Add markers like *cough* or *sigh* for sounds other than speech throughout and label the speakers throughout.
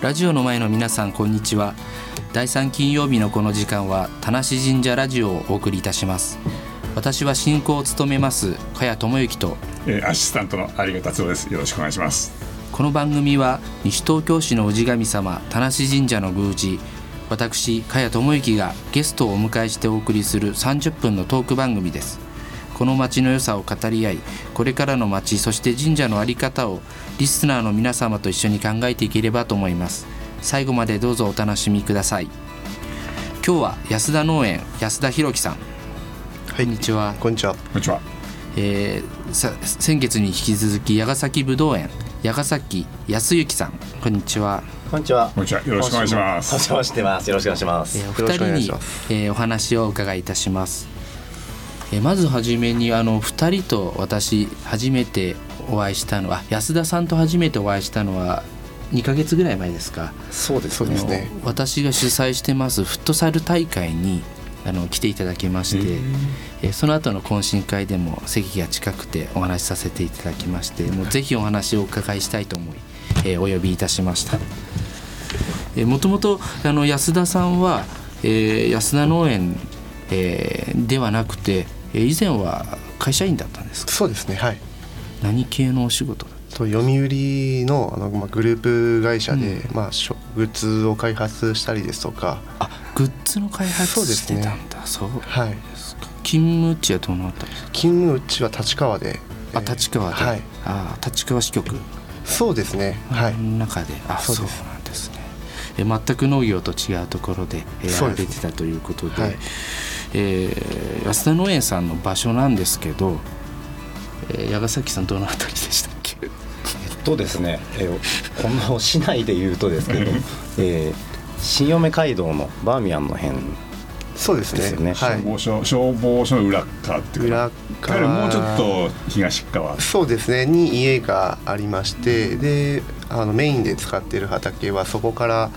Speaker 1: ラジオの前の皆さんこんにちは第3金曜日のこの時間は田無神社ラジオをお送りいたします私は進行を務めます加谷智之と
Speaker 2: えーアシスタントの有賀達郎です。よろしくお願いします。
Speaker 1: この番組は西東京市の氏神様田無神社の宮司私加谷智之がゲストをお迎えしてお送りする30分のトーク番組ですこの街の良さを語り合いこれからの街そして神社の在り方をリスナーの皆様と一緒に考えていければと思います最後までどうぞお楽しみください今日は安田農園安田博樹さん
Speaker 3: はい
Speaker 1: こんにちは
Speaker 3: こんにちは。
Speaker 2: こんにちは。
Speaker 1: えーさ先月に引き続き矢ヶ崎ぶどう園矢ヶ崎康之さんこんにちは、
Speaker 4: こんにちは。
Speaker 2: こんにちは。よろしくお願いしま
Speaker 4: お
Speaker 2: す。
Speaker 4: 邪魔してます。よろしくお願いしま
Speaker 1: え
Speaker 4: す
Speaker 1: ー。お
Speaker 3: よろ
Speaker 1: 二
Speaker 3: しくお
Speaker 1: 人
Speaker 3: 願い
Speaker 1: に
Speaker 3: しま
Speaker 1: えーお話をお伺いいたします、えーまずはじめにあの二人と私初めてお会いしたのはあ安田さんと初めてお会いしたのは2ヶ月ぐらい前ですか
Speaker 3: そうですそうですね
Speaker 1: あ。の私が主催してますフットサル大会にあの来ていただきまして、えーその後の懇親会でも席が近くてお話しさせていただきましてもうぜひお話をお伺いしたいと思い、えーお呼びいたしました、えー、もともとあの安田さんは、えー安田農園、えーではなくて、えー以前は会社員だったんですか
Speaker 3: そうですね。はい。
Speaker 1: 何系のお仕事だっ
Speaker 3: と読売のあのまあグループ会社で、まあしょグッズを開発したりですとか、
Speaker 1: たあグッズの開発
Speaker 3: そうです
Speaker 1: して
Speaker 3: ね
Speaker 1: たんだそう
Speaker 3: はい。
Speaker 1: ですか勤務地はどのあたりですか
Speaker 3: 勤務うちは立川で。
Speaker 1: あ
Speaker 3: えー
Speaker 1: 立川で、
Speaker 3: はい。
Speaker 1: あ立川支局
Speaker 3: そうですね。
Speaker 1: の
Speaker 3: はい。
Speaker 1: 中で、あそ
Speaker 3: そううです
Speaker 1: なんですねえ全く農業と違うところでえや
Speaker 3: そう
Speaker 1: ら
Speaker 3: です
Speaker 1: れてたということで
Speaker 3: はい
Speaker 1: えー安田農園さんの場所なんですけど、えー、矢ヶ崎さんどのあたりでしたっけ
Speaker 4: えっとですね、えーこの市内で言うとですけど、えー新嫁街道のバーミヤンの辺
Speaker 3: そうですね。
Speaker 4: ですよね
Speaker 3: は
Speaker 2: 消
Speaker 3: い。
Speaker 2: 防署消防署の裏側っていう
Speaker 3: 裏
Speaker 2: か。
Speaker 3: 側
Speaker 2: いわゆるもうちょっと東側。
Speaker 3: そうですねに家がありましてであのメインで使ってる畑はそこから、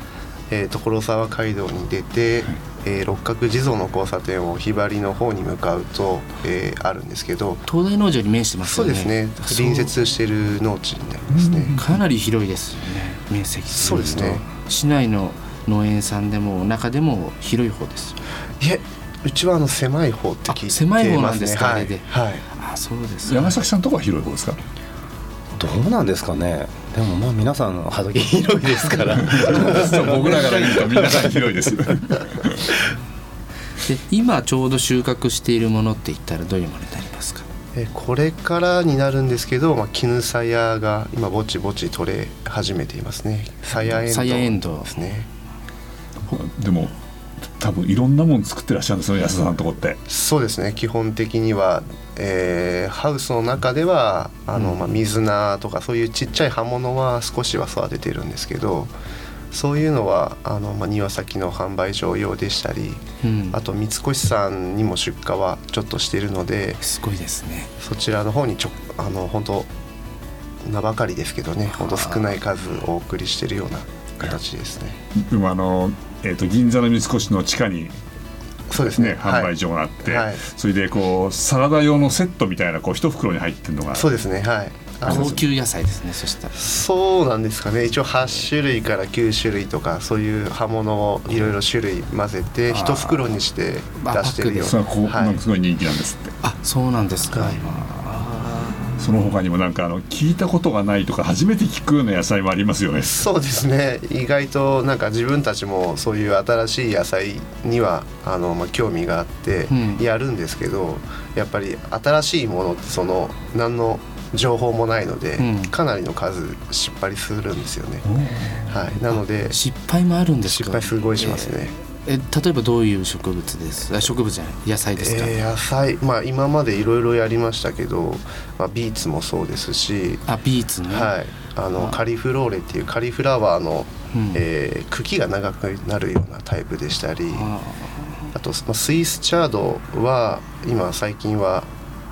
Speaker 3: えー所沢街道に出て、えー六角地蔵の交差点をひばりの方に向かうと、えーあるんですけど
Speaker 1: 東大農場に面してます
Speaker 3: そ
Speaker 1: よ
Speaker 3: う
Speaker 1: ね
Speaker 3: ですね
Speaker 1: そう
Speaker 3: 隣接してる農地になりますね。
Speaker 1: かなり広いですよね面積
Speaker 3: そうですね
Speaker 1: 市内の農園さんでも中でも広い方です
Speaker 3: いえうちはあの狭い方って聞
Speaker 1: あ
Speaker 3: いてます、ね、
Speaker 1: 狭い方なんですか
Speaker 3: は
Speaker 1: あれ
Speaker 3: い、
Speaker 1: で
Speaker 3: はい、
Speaker 1: あそうですか
Speaker 2: 山崎さんのとこは広い方ですか。
Speaker 4: どうなんですかね。でもまあ皆さん畑広いです *laughs* から。
Speaker 2: 僕らから言うと皆さん広いです。
Speaker 1: で今ちょうど収穫しているものって言ったらどういうものになりますか
Speaker 3: えーこれからになるんですけど、まあ、絹さやが今ぼちぼち取れ始めていますねさや
Speaker 1: さやエ
Speaker 3: エ
Speaker 1: ン
Speaker 3: ン
Speaker 1: ド
Speaker 3: ドウですね
Speaker 2: でも多分いろんなもの作ってらっしゃるんですよね安田さんのとこって。
Speaker 3: そうですね基本的には、えーハウスの中ではあの、まあ、水菜とかそういうちっちゃい葉物は少しは育ててるんですけどそういうのはあの、まあ、庭先の販売所用でしたり
Speaker 1: うん
Speaker 3: あと三越さんにも出荷はちょっとしてるのです
Speaker 1: ごいですね
Speaker 3: そちらの方にちょあの本当名ばかりですけどね本当少ない数お送りしてるような形ですね。
Speaker 2: でもあのえっと銀座の三越の地下に
Speaker 3: そうですね
Speaker 2: ね
Speaker 3: はい
Speaker 2: 販売所があって
Speaker 3: はい、
Speaker 2: それでこうサラダ用のセットみたいなこう一袋に入ってるのが。
Speaker 3: そうですねはいあの
Speaker 1: 高級野菜ですねそしたら
Speaker 3: そうなんですかね一応8種類から9種類とかそういう刃物をいろいろ種類混ぜて一袋にして出してるよう
Speaker 2: そ
Speaker 3: な
Speaker 2: れはこう
Speaker 3: は
Speaker 2: ないんかすごい人気なんですって。
Speaker 1: あそうなんですか、
Speaker 3: はい
Speaker 2: その他にもなんかあの聞いたことがないとか初めて聞くような野菜もありますよね。
Speaker 3: そうですね意外となんか自分たちもそういう新しい野菜にはあの、まあ、興味があって
Speaker 1: うん
Speaker 3: やるんですけど、やっぱり新しいものってその何の情報もないので、
Speaker 1: うん
Speaker 3: かなりの数失敗するんですよね、はい、なので
Speaker 1: 失敗もあるんですか
Speaker 3: 失敗すごいしますね、
Speaker 1: えーえ例えばどういう植物ですあ植物じゃない野菜ですか、
Speaker 3: えー野菜まあ今までいろいろやりましたけど、まあ、ビーツもそうですし、
Speaker 1: あビーツね、
Speaker 3: はい、あのカリフローレっていうカリフラワーの、
Speaker 1: うん
Speaker 3: えー茎が長くなるようなタイプでしたり
Speaker 1: あ
Speaker 3: あと、まあ、スイスチャードは今最近は、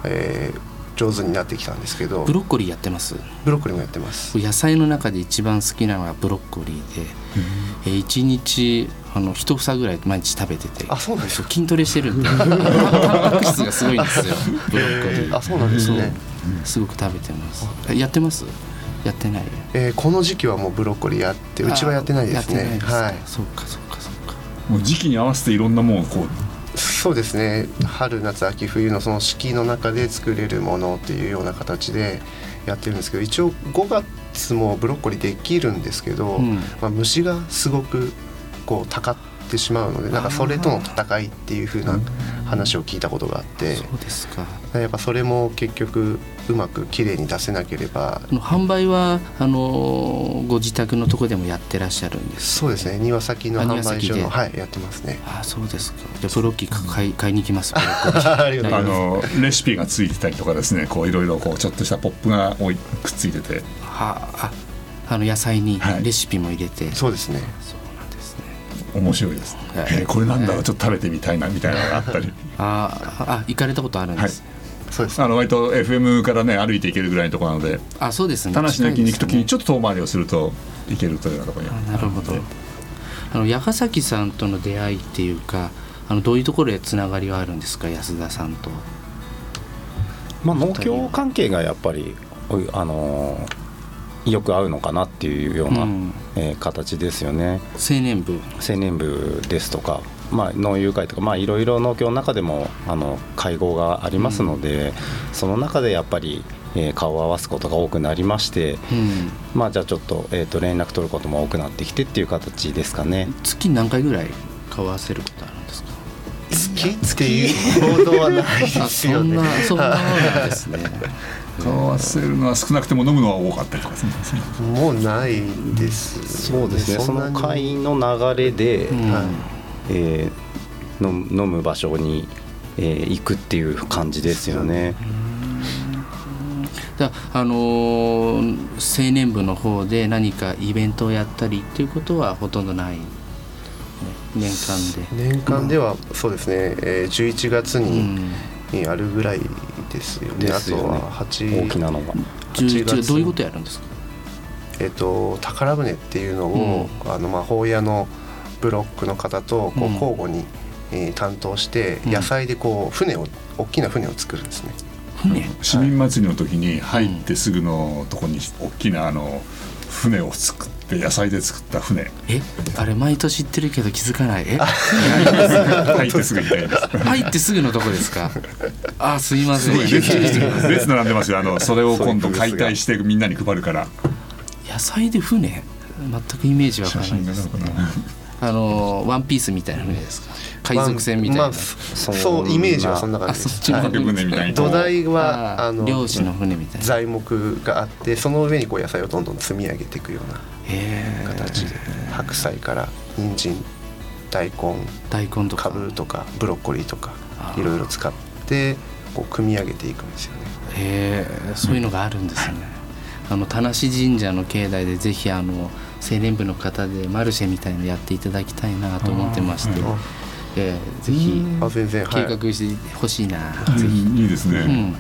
Speaker 3: えー上手になってきたんですけど
Speaker 1: ブロッコリーやってます
Speaker 3: ブロッコリーもやってます
Speaker 1: 野菜の中で一番好きなのがブロッコリーで、えー一日あの一房ぐらい毎日食べてて
Speaker 3: あそうなんです
Speaker 1: そう
Speaker 3: か
Speaker 1: 筋トレしてるん
Speaker 3: *laughs*
Speaker 1: でタンパク質がすごいんですよブロッコリー
Speaker 3: あそうなんですね
Speaker 1: すごく食べてます。えやってます。やってない
Speaker 3: えーこの時期はもうブロッコリーやってうちはやってないです
Speaker 1: あやってな
Speaker 3: ね
Speaker 1: ですか
Speaker 3: はい
Speaker 1: そうかそうかそうか
Speaker 2: もう時期に合わせていろんなもんをこう
Speaker 3: そうですね春夏秋冬のその四季の中で作れるものっていうような形でやってるんですけど一応5月もブロッコリーできるんですけど、
Speaker 1: うん
Speaker 3: まあ、虫がすごくこうたかってしまうのでなんかそれとの戦いっていう風な話を聞いたことがあって
Speaker 1: そうですか
Speaker 3: やっぱそれも結局うまく綺麗に出せなければ
Speaker 1: あの販売はあのーご自宅のとこでもやってらっしゃるんです
Speaker 3: そうですね庭先の
Speaker 1: あ庭
Speaker 3: 販売
Speaker 1: 先で
Speaker 3: 所の、はい、やってます
Speaker 1: *laughs*
Speaker 3: ね
Speaker 1: あそうですかじゃあプロッキー買い買いに行きますブロッコリー
Speaker 3: ありがとうございます
Speaker 2: あのレシピがついてたりとかですねこういろいろこうちょっとしたポップがおいくっついてて *laughs*
Speaker 1: はああの野菜に
Speaker 2: はい
Speaker 1: レシピも入れて、
Speaker 3: そうですね
Speaker 1: そうなんですね
Speaker 2: 面白いです、
Speaker 1: はい
Speaker 2: えーこれなんだろうちょっと食べてみたいなみたいなのがあったり
Speaker 1: ああ行かれたことあるんです、
Speaker 3: そうですね
Speaker 2: あの割と FM からね歩いていけるぐらいのところなので
Speaker 1: あそうですね
Speaker 2: 田無の駅に行くときに
Speaker 1: ょ
Speaker 2: ちょっと遠回りをすると行けるというようなところに
Speaker 1: っとなるほどあの八ヶ崎さんとの出会いっていうかあのどういうところへつながりがあるんですか安田さんと
Speaker 4: まあ、農協関係がやっぱり、おいあのーよく合うのかなっていうような、
Speaker 1: うん
Speaker 4: えー形ですよね。
Speaker 1: 青年部
Speaker 4: 青年部ですとか、まあ、農友会とか、まあ、いろいろ農協の中でもあの会合がありますので、その中でやっぱり、えー顔を合わすことが多くなりまして、
Speaker 1: うん
Speaker 4: まあ、じゃあちょっと,、えー、と連絡取ることも多くなってきてっていう形ですかね。
Speaker 1: 月に何回ぐらい顔合わせることあるんですか
Speaker 3: 月っていう行動はないで
Speaker 1: あ
Speaker 3: す
Speaker 1: そ
Speaker 3: よ
Speaker 1: ん
Speaker 3: ね
Speaker 1: なそんなものなんです *laughs* ね
Speaker 2: 顔合わせるのは少なくても飲むのは多かったりとかするんですね
Speaker 3: もうないです
Speaker 4: そうですねそ
Speaker 3: んな
Speaker 4: の
Speaker 3: に
Speaker 4: 会の流れで、
Speaker 1: うん
Speaker 3: はい
Speaker 4: えー飲む飲む場所に、えー行くっていう感じですよね。
Speaker 1: だあのー青年部の方で何かイベントをやったりっていうことはほとんどない、ね年間で、
Speaker 3: 年間ではそうですね、えー、11月
Speaker 1: う
Speaker 3: に,、
Speaker 1: ん、
Speaker 3: にあるぐらいですよね
Speaker 4: ですよね
Speaker 3: あとは8
Speaker 4: 大きなのが
Speaker 1: 11月
Speaker 3: 8月
Speaker 1: どういうことやるんですか
Speaker 3: えっと宝船っていうのを、あのまあ法屋のブロックの方と
Speaker 1: う
Speaker 3: こうん交互に、えー担当して
Speaker 1: うん
Speaker 3: 野菜でこう船を大きな船を作るんですね。
Speaker 1: 船
Speaker 2: 市民祭りの時に入ってすぐのとこに大きなあの船を作って野菜で作った船
Speaker 1: えあれ毎年言ってるけど気づかない *laughs* え
Speaker 2: 入ってすぐみたいです
Speaker 1: 入ってすぐのとこですかあすいませ
Speaker 2: す
Speaker 1: ん
Speaker 2: ごい列列並んでますよあのそれを今度解体してみんなに配るから
Speaker 1: 野菜で船全くイメージわか
Speaker 2: 写
Speaker 1: らない
Speaker 2: 真が
Speaker 1: で
Speaker 2: な
Speaker 1: す
Speaker 2: のかな
Speaker 1: あのーワンピースみたいな船ですか海賊船みたいな、
Speaker 3: まあまあそ
Speaker 4: そん
Speaker 3: そう
Speaker 4: な
Speaker 3: イメージはそんな感
Speaker 1: あ
Speaker 3: じ
Speaker 1: そっ
Speaker 3: です。
Speaker 1: ちの
Speaker 3: は
Speaker 1: 方
Speaker 2: 竹
Speaker 1: に、
Speaker 2: 船みたい
Speaker 3: い、
Speaker 2: に
Speaker 3: 土台は
Speaker 1: あ
Speaker 3: あの
Speaker 1: 漁師の船みたいな
Speaker 3: 材木があってその上にこう野菜をどんどん積み上げていくような
Speaker 1: へー
Speaker 3: 形で白菜から人参大根
Speaker 1: 大根とか
Speaker 3: カブとかブロッコリーとか
Speaker 1: あー
Speaker 3: いろいろ使ってこう組み上げていくんですよね。
Speaker 1: へえそういうのがあるんですね。あの田無神社の境内でぜひあの青年部の方でマルシェみたいのやっていただきたいなと思ってまして、えーぜひ
Speaker 3: あ全然は
Speaker 1: 計
Speaker 3: い。
Speaker 1: 画してほしいな、
Speaker 2: うん
Speaker 1: ぜひ。
Speaker 2: いいですね、
Speaker 1: うん、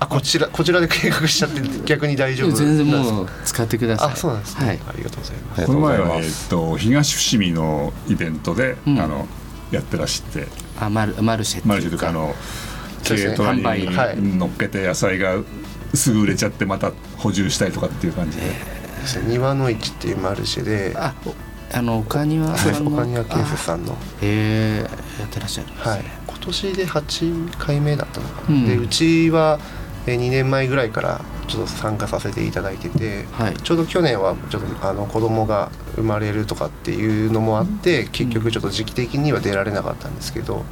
Speaker 3: あこちらこちらで計画しちゃって逆に大丈夫なんです
Speaker 1: 全
Speaker 3: か。
Speaker 1: 然もう使ってください。
Speaker 3: あそうなんですね。
Speaker 1: はい。
Speaker 3: ありがとうございま
Speaker 4: ありが
Speaker 2: ことの
Speaker 4: うござ
Speaker 2: 前
Speaker 4: い
Speaker 2: は、
Speaker 4: ま
Speaker 2: えっ
Speaker 4: す。
Speaker 2: と、東伏見のイベントで、
Speaker 1: うん
Speaker 2: あのやってらして
Speaker 1: あマルマルシェっていうか。
Speaker 2: マルシェというかあの
Speaker 3: そうです
Speaker 2: 軽
Speaker 3: ね
Speaker 2: トラ
Speaker 1: 販売
Speaker 2: に乗っけて野菜がすぐ売れちゃってまた補充したりとかっていう感じで、
Speaker 3: す。庭の市っていうマルシェで、
Speaker 1: あおあの岡庭
Speaker 3: はい
Speaker 1: さんの。
Speaker 3: 岡庭建設
Speaker 1: ん。
Speaker 3: さんの。
Speaker 1: へえやってらっしゃるんですね。
Speaker 3: はい、今年で8回目だったのかな、
Speaker 1: うん
Speaker 3: でうちは2年前ぐらいからちょっと参加させていただいてて、
Speaker 1: はい
Speaker 3: ちょうど去年はちょっとあの子供が生まれるとかっていうのもあって結局ちょっと時期的には出られなかったんですけど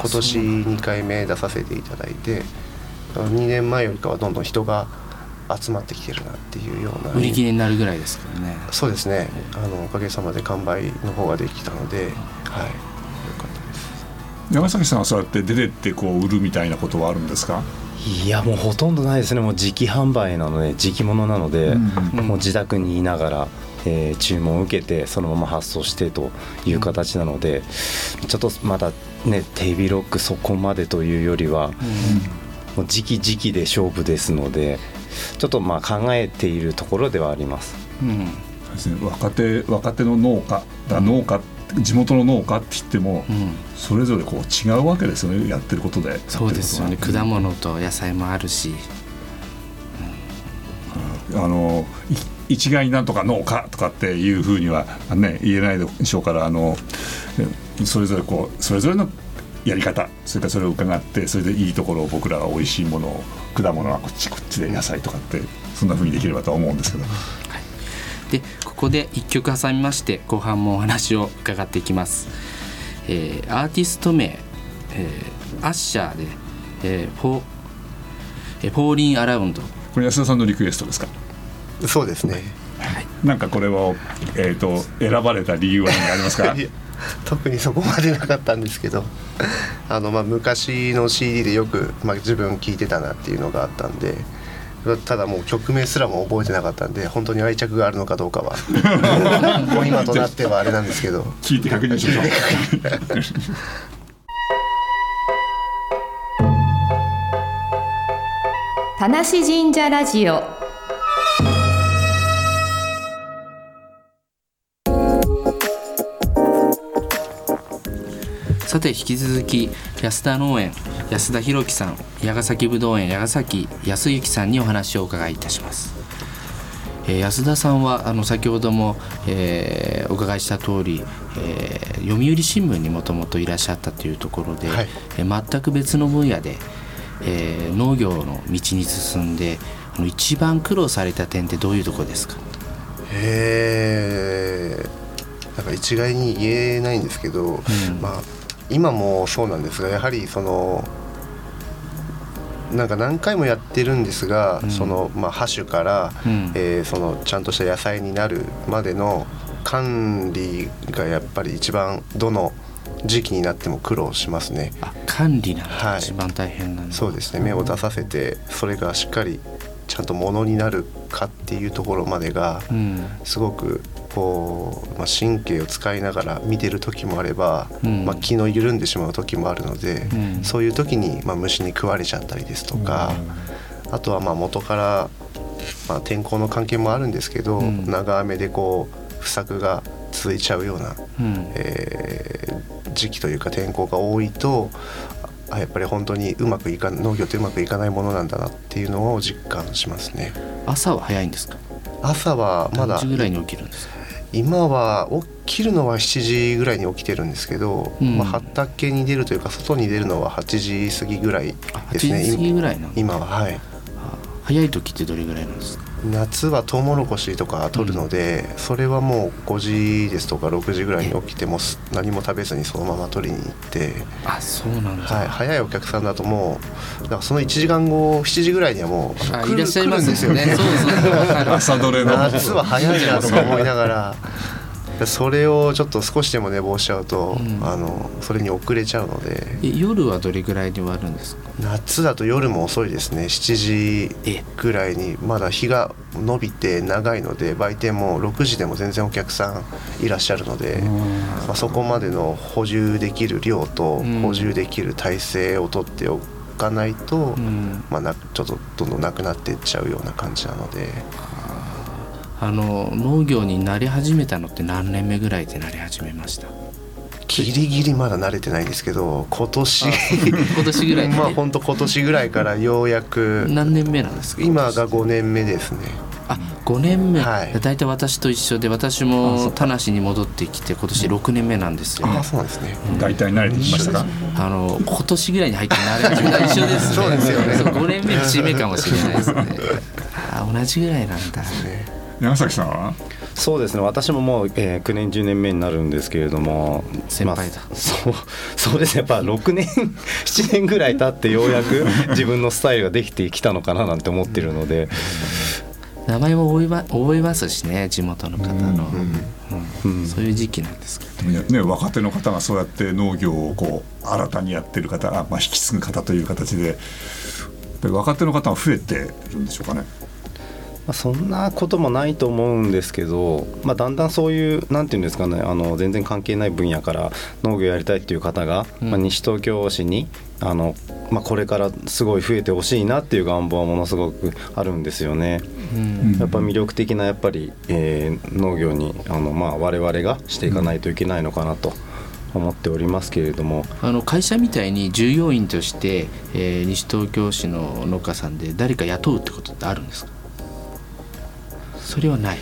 Speaker 3: 今年2回目出させていただいて2年前よりかはどんどん人が集まってきてるなっていうような
Speaker 1: 売り切れになるぐらいですからね。
Speaker 3: そうですねあのおかげさまで完売の方ができたので、はい、
Speaker 2: 山崎さんはそうやって出てってこう売るみたいなことはあるんですか、
Speaker 4: いやもうほとんどないですねもう時期販売なので時期物なので、
Speaker 1: うん
Speaker 4: もう自宅にいながら、えー注文を受けてそのまま発送してという形なので、ちょっとまだね手広くそこまでというよりはもう時期時期で勝負ですのでちょっとまあ考えているところではあります。
Speaker 1: うん。うん
Speaker 2: そうですね若手若手の農家だ農家地元の農家って言っても、
Speaker 1: うん
Speaker 2: それぞれこう違うわけですよねやってることで
Speaker 1: そうですよね
Speaker 2: やってる
Speaker 1: 果
Speaker 2: ことが
Speaker 1: 物と野菜もあるし、
Speaker 2: あのい一概になんとか農家とかっていうふうには、ね、言えないでしょうからあのえそれぞれこうそれぞれのやり方それからそれを伺ってそれでいいところを僕らは美味しいものを果物はこっちこっちで野菜とかってそんなふうにできればとは思うんですけど。
Speaker 1: でここで1曲挟みまして後半もお話を伺っていきます、えーアーティスト名、えーアッシャーで、えーフォーえーフォーリンアラウンド
Speaker 2: これ安田さんのリクエストですか
Speaker 3: そうですね
Speaker 2: なんかこれを、えー、と選ばれた理由は何かありますか
Speaker 3: *laughs* いや特にそこまでなかったんですけど *laughs* あの、まあ、昔の CD でよく、まあ、自分聴いてたなっていうのがあったんでただもう曲名すらも覚えてなかったんで本当に愛着があるのかどうかはもう今となってはあれなんですけど
Speaker 2: 聞いて確認しましょう。
Speaker 5: 田無神社ラジオ
Speaker 1: さて引き続き安田農園安田博樹さん矢ヶ崎ぶどう園矢ヶ崎康之さんにお話をお伺いいたします、えー安田さんはあの先ほども、えーお伺いした通り、えー読売新聞にもともといらっしゃったというところで、
Speaker 3: はい
Speaker 1: えー全く別の分野で、えー農業の道に進んであの一番苦労された点ってどういうところですか
Speaker 3: えーなんか一概に言えないんですけど、まあ、今もそうなんですがやはりそのなんか何回もやってるんですが、そのまあ、ハッシュから、
Speaker 1: うん
Speaker 3: えーそのちゃんとした野菜になるまでの管理がやっぱり一番どの時期になっても苦労しますね。
Speaker 1: あ管理なん
Speaker 3: は
Speaker 1: だ
Speaker 3: い
Speaker 1: 一番大変なんだ、
Speaker 3: そうですね芽を出させてそれがしっかりちゃんとものになるかっていうところまでが、
Speaker 1: うん
Speaker 3: すごくこう、まあ、神経を使いながら見てる時もあれば、
Speaker 1: うん
Speaker 3: まあ、気の緩んでしまう時もあるので、
Speaker 1: うん
Speaker 3: そういう時に、まあ、虫に食われちゃったりですとか、あとはまあ元から、まあ、天候の関係もあるんですけど、
Speaker 1: うん
Speaker 3: 長雨でこう不作が続いちゃうような、
Speaker 1: うん
Speaker 3: えー時期というか天候が多いとあやっぱり本当にうまくいか農業ってうまくいかないものなんだなっていうのを実感しますね。
Speaker 1: 朝は早いんですか
Speaker 3: 朝はまだ
Speaker 1: 何時ぐらいに起きるんですか
Speaker 3: 今は起きるのは7時ぐらいに起きてるんですけど、
Speaker 1: うん
Speaker 3: まあ、畑に出るというか外に出るのは8時過ぎぐらい
Speaker 1: あ
Speaker 3: ですね
Speaker 1: 8時過ぎぐらいな
Speaker 3: 今
Speaker 1: んだ
Speaker 3: 今ははい
Speaker 1: 早い時ってどれぐらいなんですか
Speaker 3: 夏はトウモロコシとか取るので、それはもう5時ですとか6時ぐらいに起きてもうす何も食べずにそのまま取りに行って、
Speaker 1: あそうなんだ、
Speaker 3: はい、早いお客さんだともうだからその1時間後7時ぐらいにはもう
Speaker 1: あ
Speaker 3: 来
Speaker 1: い
Speaker 3: る
Speaker 1: らっしゃいますよね
Speaker 3: 来るん
Speaker 1: そうですねわかる
Speaker 3: *laughs*
Speaker 2: 朝どれの
Speaker 3: 夏は早いなとか思いな
Speaker 1: *laughs*
Speaker 3: がらそれをちょっと少しでも寝坊しちゃうと、
Speaker 1: うん
Speaker 3: あのそれに遅れちゃうので
Speaker 1: え夜はどれぐらいに終わるんですか
Speaker 3: 夏だと夜も遅いですね7
Speaker 1: え
Speaker 3: 時ぐらいにまだ日が伸びて長いので売店も6時でも全然お客さんいらっしゃるので、まあ、そこまでの補充できる量と
Speaker 1: うん
Speaker 3: 補充できる体制をとっておかないと、
Speaker 1: うん
Speaker 3: まあ、なちょっとどんどんなくなっていっちゃうような感じなので。
Speaker 1: あの農業になり始めたのって何年目ぐらいでなり始めました
Speaker 3: ギリギリまだ慣れてないんですけど今年
Speaker 1: *laughs* 今年ぐらいで、
Speaker 3: *laughs* まあ本当今年ぐらいからようやく
Speaker 1: 何年目なんですか
Speaker 3: 今が5年目ですね
Speaker 1: あ5年目、
Speaker 3: はい
Speaker 1: 大体私と一緒で私も田無に戻ってきて今年6年目なんですよ
Speaker 3: あそうなんですね
Speaker 2: 大体慣れてきましたか。
Speaker 1: あの今年ぐらいに入って慣れ始めた一緒ですね
Speaker 3: そうですよね
Speaker 1: そう5年目の節目かもしれないです
Speaker 3: *laughs*
Speaker 1: ねあ同じぐらいなんだ
Speaker 3: ね
Speaker 2: 山崎さんは。
Speaker 4: そうですね私ももう、えー9年10年目になるんですけれども
Speaker 1: 先輩だ
Speaker 4: まあそう *laughs* そうですねやっぱ6年7年ぐらい経ってようやく自分のスタイルができてきたのかななんて思ってるので、
Speaker 1: 名前も覚えま覚えますしね地元の方の、うん
Speaker 4: うん
Speaker 1: そういう時期なんですか
Speaker 2: いやね、若手の方がそうやって農業をこう新たにやってる方、あまあ、引き継ぐ方という形でで若手の方が増えてるんでしょうかね。
Speaker 4: まあ、そんなこともないと思うんですけど、まあ、だんだんそういうなんていうんですかねあの全然関係ない分野から農業やりたいっていう方が、
Speaker 1: うん
Speaker 4: まあ、西東京市にあの、まあ、これからすごい増えてほしいなっていう願望はものすごくあるんですよね。
Speaker 1: うん
Speaker 4: やっぱ魅力的なやっぱり、えー農業にあの、まあ、我々がしていかないといけないのかなと思っておりますけれども、
Speaker 1: あの会社みたいに従業員として、えー西東京市の農家さんで誰か雇うってことってあるんですかそれはない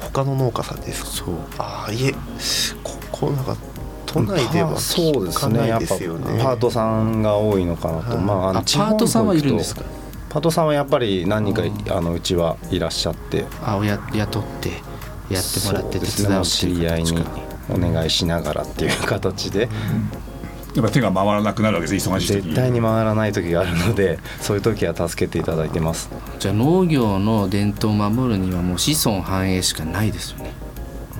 Speaker 3: 他の農家さんですか
Speaker 4: そう
Speaker 3: ああいえここなんか都内では
Speaker 4: そう
Speaker 3: 聞
Speaker 4: で
Speaker 3: か
Speaker 4: すね
Speaker 3: な
Speaker 4: や
Speaker 3: いで
Speaker 4: っぱパ
Speaker 3: すよね
Speaker 4: ートさんが多いのかなと、
Speaker 3: はい
Speaker 4: まああ
Speaker 1: あ
Speaker 4: の
Speaker 1: パートさんはいるんですか
Speaker 4: パートさんはやっぱり何人か
Speaker 1: うん
Speaker 4: あのうちはいらっしゃって
Speaker 1: あおや雇ってやってもらって
Speaker 4: そうです
Speaker 1: 手
Speaker 4: ね
Speaker 1: 伝うって
Speaker 4: 知
Speaker 1: いう
Speaker 4: り合い
Speaker 1: 形
Speaker 4: に
Speaker 1: か
Speaker 4: お願いしながらっていう形で
Speaker 2: やっぱ手が回らなくなるわけです忙しい時
Speaker 4: 絶対に回らない時があるのでそういう時は助けていただいてます
Speaker 1: じゃあ農業の伝統を守るにはもう子孫繁栄しかないです
Speaker 3: *laughs*
Speaker 1: よね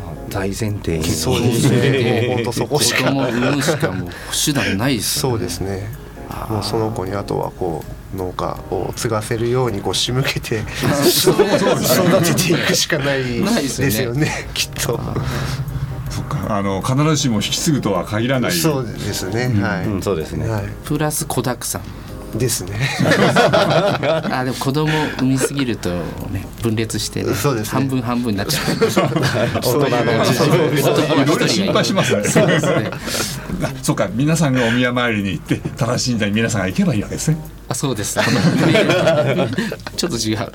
Speaker 4: まあ大前提に
Speaker 3: そうですねもう本当そこ
Speaker 1: 子
Speaker 3: しか
Speaker 1: 供を産むしかもう手段ないです
Speaker 3: そ
Speaker 1: よ
Speaker 3: う
Speaker 1: ね
Speaker 3: ですね
Speaker 1: あー
Speaker 3: もうその子にあとはこう農家を継がせるようにこう仕向
Speaker 1: *laughs*
Speaker 3: けて育てていくしかない
Speaker 1: ない
Speaker 3: で
Speaker 1: ですよね
Speaker 3: すよねきっと
Speaker 2: そっかあの必ずしも引き継ぐとは限らない
Speaker 3: そうですねはい、
Speaker 4: うんそうですね
Speaker 3: は
Speaker 1: プラス子だくさん
Speaker 3: い、ですね
Speaker 1: あでも子供産みすぎるとね分裂してね、
Speaker 3: そうですね
Speaker 1: 半分半分になっちゃう
Speaker 4: *laughs* 大人の事
Speaker 3: そういう
Speaker 1: 男一人が
Speaker 2: いろいろ
Speaker 1: る
Speaker 2: 心配しますね
Speaker 1: そうですね
Speaker 2: あそうか皆さんがお宮参りに行って正しいんだに皆さんが行けばいいわけですね
Speaker 1: あそう *laughs* ですねちょっと違う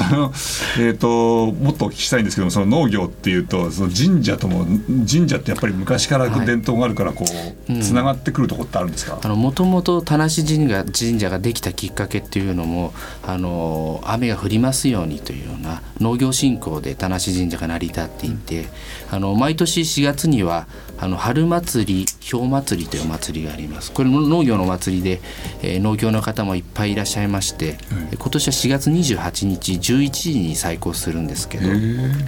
Speaker 2: あの *laughs* えっ、ともっとお聞きしたいんですけどもその農業っていうとその神社とも神社ってやっぱり昔から
Speaker 1: はい
Speaker 2: 伝統があるからこう、
Speaker 1: うん
Speaker 2: つながってくるとこってあるんですか、
Speaker 1: あのもともと田無神社神社ができたきっかけっていうのもあの雨が降りますようにというような農業振興で田無神社が成り立っていて、あの毎年4月にはあの春祭り氷祭りという祭りがありますこれも農業の祭りで、えー農業の方もいっぱいいらっしゃいまして、今年は4月28日11時に再興するんですけど。えー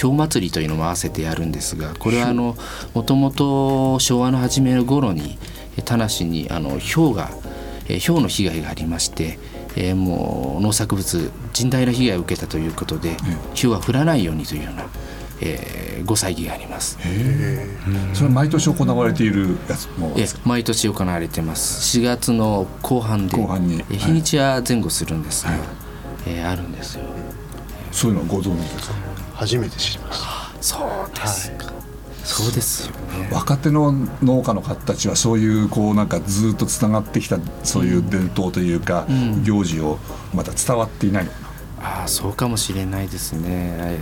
Speaker 1: 氷祭りというのも合わせてやるんですがこれはあのもともと昭和の初めの頃にえー田無にあの氷がえー氷の被害がありまして、えーもう農作物甚大な被害を受けたということで氷は降らないようにというような、えーご祭儀があります。
Speaker 2: それは毎年行われているやつも
Speaker 1: え毎年行われてます4月の後半で
Speaker 2: 後半に
Speaker 1: えー日にちは前後するんですが、えーあるんですよ。
Speaker 2: そういうのはご存知ですか
Speaker 3: 初めて知りました
Speaker 1: そうですか、そうですよね
Speaker 2: 若手の農家の方たちはそういうこうなんかずっとつながってきたそういう伝統というか、
Speaker 1: ん
Speaker 2: 行事をまだ伝わっていないのかな
Speaker 1: ああそうかもしれないですね。え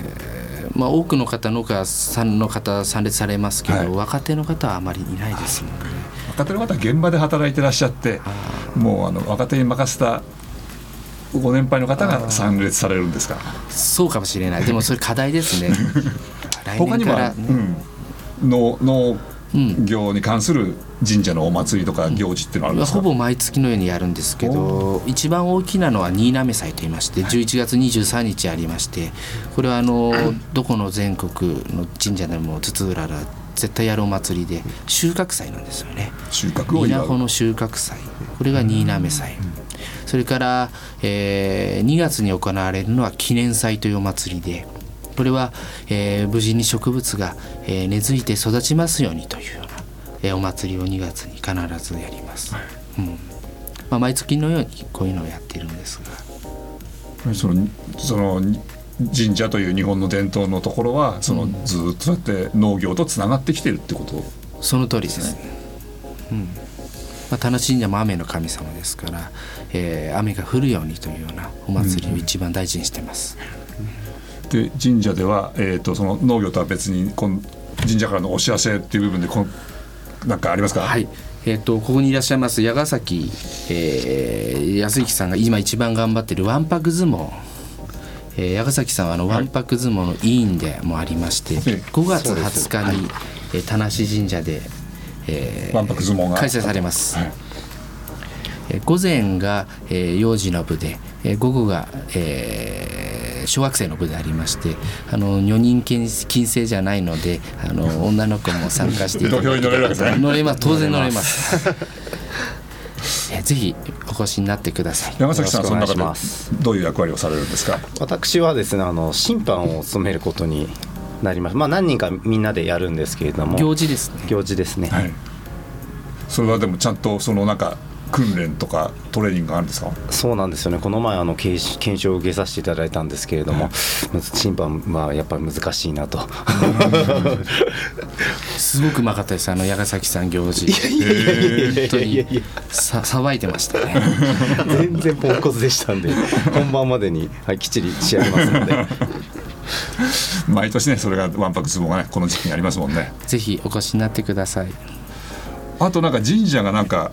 Speaker 1: ーまあ多くの方農家さんの方参列されますけど、
Speaker 2: はい
Speaker 1: 若手の方はあまりいないですもんね。
Speaker 2: 若手の方は現場で働いてらっしゃってもうあの若手に任せたご年配の方が参列されるんですか
Speaker 1: そうかもしれない。でもそれ課題ですね。来
Speaker 2: *laughs* 他に
Speaker 1: 年
Speaker 2: も
Speaker 1: から、ね、
Speaker 2: うん、農農
Speaker 1: うん
Speaker 2: 業に関する神社のお祭りとか行事っていうのはあるんですか、
Speaker 1: ほぼ毎月のようにやるんですけど一番大きなのは新嘗祭といいまして11月23日ありましてこれはあのどこの全国の神社でも津々浦々絶対やるお祭りで収穫祭なんですよね。
Speaker 2: 収穫を
Speaker 1: 稲
Speaker 2: 祝
Speaker 1: 穂
Speaker 2: う
Speaker 1: の収穫祭これが新嘗祭、それから、えー2月に行われるのは記念祭というお祭りでこれは、えー無事に植物が、えー根付いて育ちますようにというような、えーお祭りを2月に必ずやります、うんまあ、毎月のようにこういうのをやってるんですが
Speaker 2: そのその神社という日本の伝統のところはそのずっとそうやって農業とつながってきてるってこと
Speaker 1: その通りですね、うんまあ、田無神社も雨の神様ですから、えー雨が降るようにというようなお祭りを一番大事にしてます、
Speaker 2: で神社では、えー、とその農業とは別にこの神社からのお知らせっていう部分でこのなんかありますか、
Speaker 1: はい。えっ、とここにいらっしゃいます矢ヶ崎、えー、安行さんが今一番頑張ってるわんぱく相撲。えー、矢ヶ崎さんはあのわんぱく相撲の委員でもありまして、
Speaker 2: え
Speaker 1: 5月20日に、えー田無神社で、え
Speaker 2: わんぱく相撲が
Speaker 1: 開催されます。
Speaker 2: はい
Speaker 1: えー午前が、えー幼児の部で、えー午後が、えー小学生の部でありましてあの女人禁禁制じゃないのであの女の子も参加していただきたい
Speaker 2: 土俵に乗れるわけですね
Speaker 1: 乗れます当然乗れますえーぜひお越しになってください
Speaker 2: 山崎さんはその中
Speaker 4: よろしくお願いします
Speaker 2: でどういう役割をされるんですか
Speaker 4: 私はですねあの審判を務めることになりますまあ何人かみんなでやるんですけれども
Speaker 1: 行事ですね
Speaker 4: 行事ですね、
Speaker 2: はいそれはでもちゃんとそのなんか訓練とかトレーニングがあるんですか
Speaker 4: そうなんですよねこの前あの研修検証を受けさせていただいたんですけれども、審判はやっぱり難しいなと
Speaker 1: すごくうまかったですあの矢ヶ崎さん行事本当にささばいてましたね
Speaker 2: *laughs*
Speaker 4: 全然ポンコツでしたんで本番までに、はい、きっちり仕上げますので
Speaker 2: 毎年ねそれがわんぱく相撲がねこの時期にありますもんね
Speaker 1: ぜひお越しになってください
Speaker 2: あとなんか神社がなんか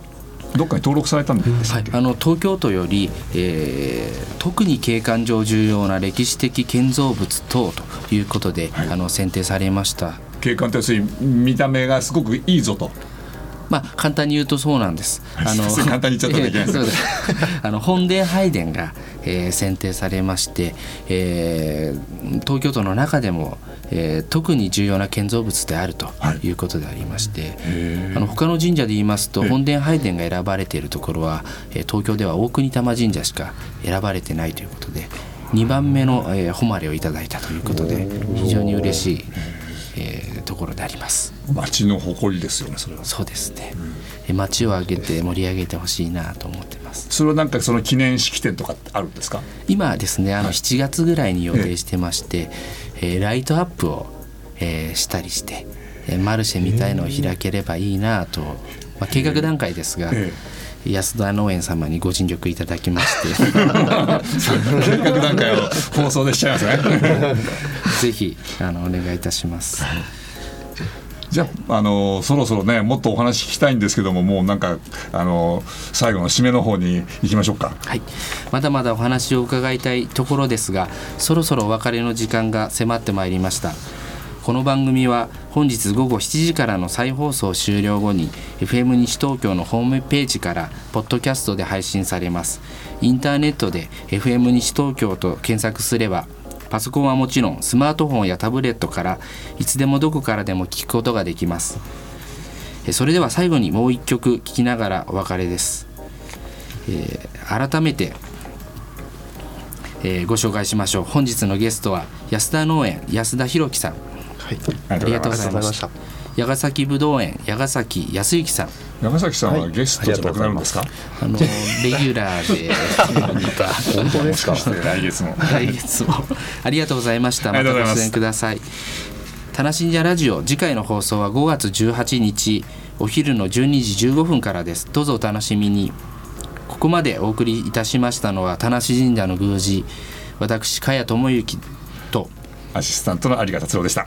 Speaker 2: どっかに登録されたんです
Speaker 1: はい、あの東京都より、えー特に景観上重要な歴史的建造物等ということで、あの選定されました
Speaker 2: 景観と要するに見た目がすごくいいぞと
Speaker 1: まあ簡単に言うとそうなんです。あ
Speaker 2: *laughs* 簡単に言っちゃったらいけな
Speaker 1: *laughs*
Speaker 2: い
Speaker 1: そうですあの本殿拝殿が、えー選定されまして、えー東京都の中でも、えー特に重要な建造物であるということでありまして、あの他の神社で言いますと本殿拝殿が選ばれているところは、えー東京では大国玉神社しか選ばれてないということで。2番目の、えー誉れをいただいたということで非常に嬉しい、えーところであります。
Speaker 2: 町の誇りですよねそれは
Speaker 1: そうですね、え街を挙げて盛り上げてほしいなと思ってます
Speaker 2: それはなんかその記念式典とかってあるんですか
Speaker 1: 今ですねあの7月ぐらいに予定してまして、えーライトアップを、えーしたりして、えーマルシェみたいのを開ければいいなと、まあ、計画段階ですが、
Speaker 2: え
Speaker 1: 安田農園様にご尽力いただきまして
Speaker 2: *laughs* 計画段階を放送でしちゃいますね
Speaker 1: ぜひあのお願いいたします
Speaker 2: じゃあ、あのそろそろねもっとお話聞きたいんですけどももうなんか、あの最後の締めの方に行きましょうか
Speaker 1: はい、まだまだお話を伺いたいところですがそろそろお別れの時間が迫ってまいりましたこの番組は本日午後7時からの再放送終了後に FM 西東京のホームページからポッドキャストで配信されますインターネットで FM 西東京と検索すればパソコンはもちろんスマートフォンやタブレットからいつでもどこからでも聞くことができますえそれでは最後にもう一曲聴きながらお別れですえー改めて、えーご紹介しましょう本日のゲストは安田農園安田弘樹さん
Speaker 3: はい、
Speaker 2: ありがとうございます
Speaker 3: ありがとうございました。
Speaker 1: 矢ヶ崎ぶどう園矢ヶ崎康之さん
Speaker 2: 長崎さんはゲストじゃなくなるんですか、
Speaker 1: あのレギュラー
Speaker 3: *laughs*
Speaker 1: で
Speaker 4: 本当
Speaker 2: *laughs*
Speaker 4: ですか
Speaker 2: もしかして来月も
Speaker 1: 来月も *laughs* ありがとうございました
Speaker 2: あり
Speaker 1: ま
Speaker 2: が
Speaker 1: た
Speaker 2: とうご
Speaker 1: ご
Speaker 2: ざいます
Speaker 1: 出演ください田無信者ラジオ次回の放送は5月18日お昼の12時15分からですどうぞお楽しみにここまでお送りいたしましたのは田無神社の宮司私茅智之と
Speaker 2: アシスタントの有賀達郎でした